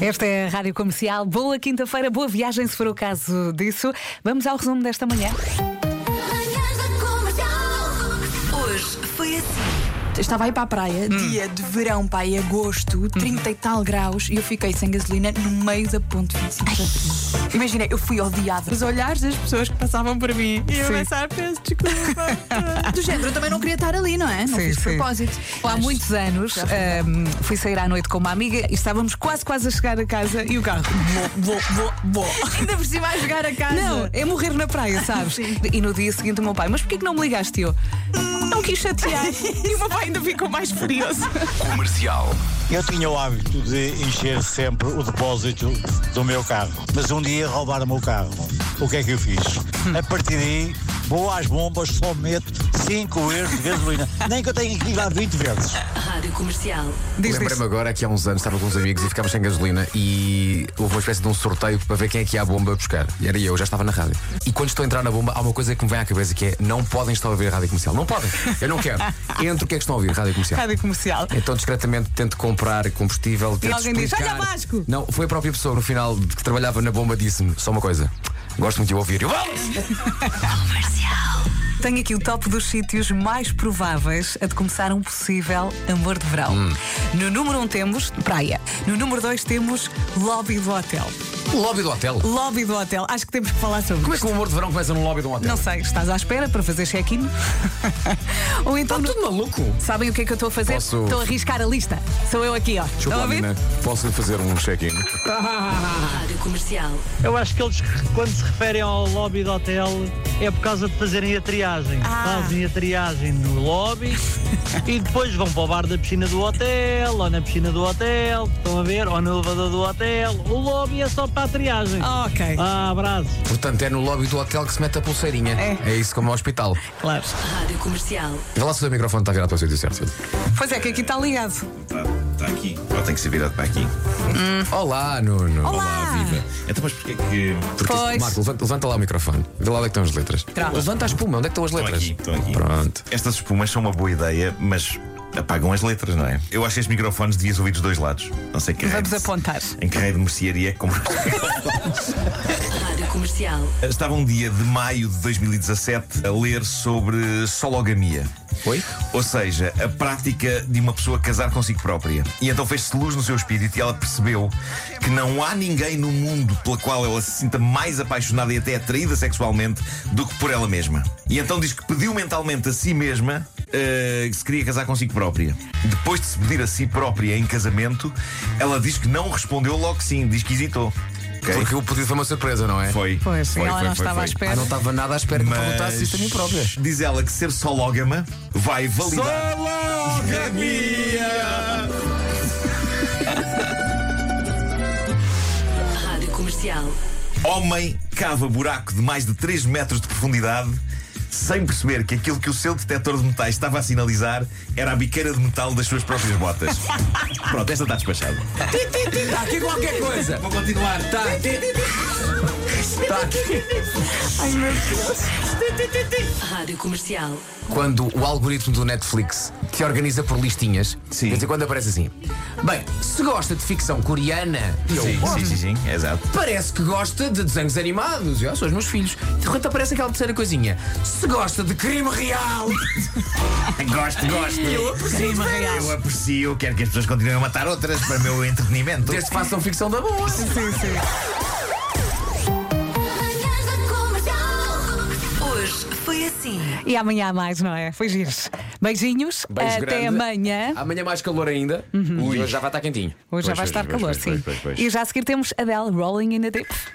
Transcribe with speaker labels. Speaker 1: Esta é a Rádio Comercial. Boa quinta-feira, boa viagem, se for o caso disso. Vamos ao resumo desta manhã.
Speaker 2: Manhãs da Comercial.
Speaker 3: Hoje foi assim.
Speaker 4: Estava a ir para a praia, dia de verão, pá, em agosto, 30 e tal graus, e eu fiquei sem gasolina no meio da ponte 25. Imagina, eu fui odiada. Os olhares das pessoas que passavam por mim e eu
Speaker 1: Sim.
Speaker 4: pensar, peço desculpa. Do género, eu também não queria estar ali, não é? Não
Speaker 1: Sim,
Speaker 4: fiz de
Speaker 1: sim.
Speaker 4: propósito.
Speaker 1: Há
Speaker 4: Mas-
Speaker 1: muitos anos ahm, fui sair à noite com uma amiga e estávamos quase, quase a chegar a casa e o carro.
Speaker 4: Vou, vou, vou. Ainda por cima a jogar a casa.
Speaker 1: Não, é morrer na praia, sabes? e no dia seguinte o meu pai, mas porquê que não me ligaste eu? Não quis chatear. e o meu pai ainda ficou mais furioso.
Speaker 5: Comercial.
Speaker 6: Eu tinha o hábito de encher sempre o depósito do meu carro, mas um dia roubaram o meu carro. O que é que eu fiz? A partir daí, vou às bombas, só meto 5 euros de gasolina. Nem que eu tenha que ir lá 20 vezes.
Speaker 3: Rádio Comercial.
Speaker 1: Diz
Speaker 5: Lembrei-me
Speaker 1: isto.
Speaker 5: agora que há uns anos estava com uns amigos e ficámos sem gasolina e houve uma espécie de um sorteio para ver quem é que ia à bomba buscar. E era eu, já estava na rádio. E quando estou a entrar na bomba, há uma coisa que me vem à cabeça que é não podem estar a ouvir a rádio comercial. Não podem. Eu não quero. Entro, o que é que estão a ouvir? Rádio comercial.
Speaker 1: Rádio Comercial.
Speaker 5: Então, discretamente, tento comprar combustível. tento
Speaker 1: alguém diz,
Speaker 5: explicar.
Speaker 1: "Olha, Vasco!"
Speaker 5: Não, foi a própria pessoa no final de que trabalhava na bomba disse-me só uma coisa. Gosto muito de ouvir. Eu, "Vamos!"
Speaker 1: Tenho aqui o top dos sítios mais prováveis a de começar um possível amor de verão.
Speaker 5: Hum.
Speaker 1: No número 1 um temos praia. No número 2 temos lobby do hotel.
Speaker 5: Lobby do hotel.
Speaker 1: Lobby do hotel. Acho que temos que falar sobre
Speaker 5: Como é que o humor de verão começa no lobby de um hotel?
Speaker 1: Não sei, estás à espera para fazer check-in? Ou então.
Speaker 5: Está Tá tudo maluco.
Speaker 1: Sabem o que é que eu estou a fazer?
Speaker 5: Posso-
Speaker 1: Estou a arriscar a lista. Sou eu aqui, ó. Estão a
Speaker 5: Desculpa,
Speaker 1: ouvir?
Speaker 5: menina. Posso lhe fazer um check-in?
Speaker 3: Rádio Comercial.
Speaker 7: Eu acho que eles, quando se referem ao lobby do hotel, é por causa de fazerem a triagem. Fazem a triagem no lobby e depois vão para o bar da piscina do hotel, ou na piscina do hotel, estão a ver, ou no elevador do hotel. O lobby é só para a triagem.
Speaker 1: Ah, ok.
Speaker 7: Ah, abraço.
Speaker 5: Portanto, é no lobby do hotel que se mete a pulseirinha.
Speaker 1: É.
Speaker 5: isso como no hospital.
Speaker 1: Claro.
Speaker 3: Rádio Comercial.
Speaker 5: Vê lá se o teu microfone está virado para o sítio certo.
Speaker 1: Pois é, que aqui está ligado.
Speaker 8: Está Tá aqui, ou tem que ser virado para aqui.
Speaker 5: Olá, Nuno.
Speaker 1: Olá!
Speaker 8: Viva. Então, mas porquê que.
Speaker 5: Porque
Speaker 1: Pois.
Speaker 5: isso- Marco, levanta, levanta lá o microfone. Vê lá onde é que estão as letras.
Speaker 1: Tá.
Speaker 5: Levanta a espuma, onde é que estão as
Speaker 8: Estão
Speaker 5: letras?
Speaker 8: aqui, estão aqui.
Speaker 5: Pronto.
Speaker 8: Estas espumas são uma boa ideia, mas apagam as letras, não é? Eu acho que estes microfones deviam ouvir dos dois lados. Não sei que raio
Speaker 1: Vamos
Speaker 8: de-
Speaker 1: apontar.
Speaker 8: Em que raio de mercearia é que comprou.
Speaker 3: Rádio Comercial.
Speaker 8: Estava um dia de maio de 2017 a ler sobre sologamia.
Speaker 5: Oi?
Speaker 8: Ou seja, a prática de uma pessoa casar consigo própria. E então fez-se luz no seu espírito e ela percebeu que não há ninguém no mundo pela qual ela se sinta mais apaixonada e até atraída sexualmente do que por ela mesma. E então diz que pediu mentalmente a si mesma eh, que se queria casar consigo própria. Depois de se pedir a si própria em casamento, ela diz que não respondeu logo que sim, diz que hesitou. Ok?
Speaker 5: Porque o pedido foi uma surpresa, não é?
Speaker 8: Foi.
Speaker 1: Pois, sim, ela não estava à espera.
Speaker 5: Ah, não estava nada à espera que me perguntasse
Speaker 8: é
Speaker 5: isto a mim própria.
Speaker 8: Diz ela que ser sológama vai validar. Sologamia!
Speaker 3: Rádio Comercial.
Speaker 8: Homem cava buraco de mais de 3 metros de profundidade sem perceber que aquilo que o seu detector de metais estava a sinalizar era a biqueira de metal das suas próprias botas. Pronto, esta está despachada.
Speaker 5: Está aqui qualquer coisa.
Speaker 8: Vou continuar. Tá.
Speaker 5: Está aqui. Está aqui.
Speaker 3: Rádio Comercial.
Speaker 5: quando o algoritmo do Netflix te organiza por listinhas,
Speaker 8: Sim.
Speaker 5: de vez em quando aparece assim: Bem, se gosta de ficção coreana, e eu,
Speaker 8: Sim,
Speaker 5: "Oh,
Speaker 8: sim, sim, sim, exato.
Speaker 5: parece que gosta de desenhos animados, eu, "Ah, são os meus filhos. E de repente aparece aquela terceira coisinha: Se gosta de crime real,
Speaker 8: Gosto, gosto. Eu aprecio, eu aprecio, quero que as pessoas continuem a matar outras para o meu entretenimento.
Speaker 5: desde que façam ficção da boa.
Speaker 2: Manhãs da Comercial.
Speaker 3: Hoje foi assim.
Speaker 1: E amanhã há mais, não é? Foi giros. Beijinhos.
Speaker 5: Beijo
Speaker 1: Até
Speaker 5: grande.
Speaker 1: amanhã.
Speaker 5: Amanhã mais calor ainda, e hoje já vai estar quentinho.
Speaker 1: Hoje já vai estar calor, sim. E já a seguir temos Adele Rolling in the Deep.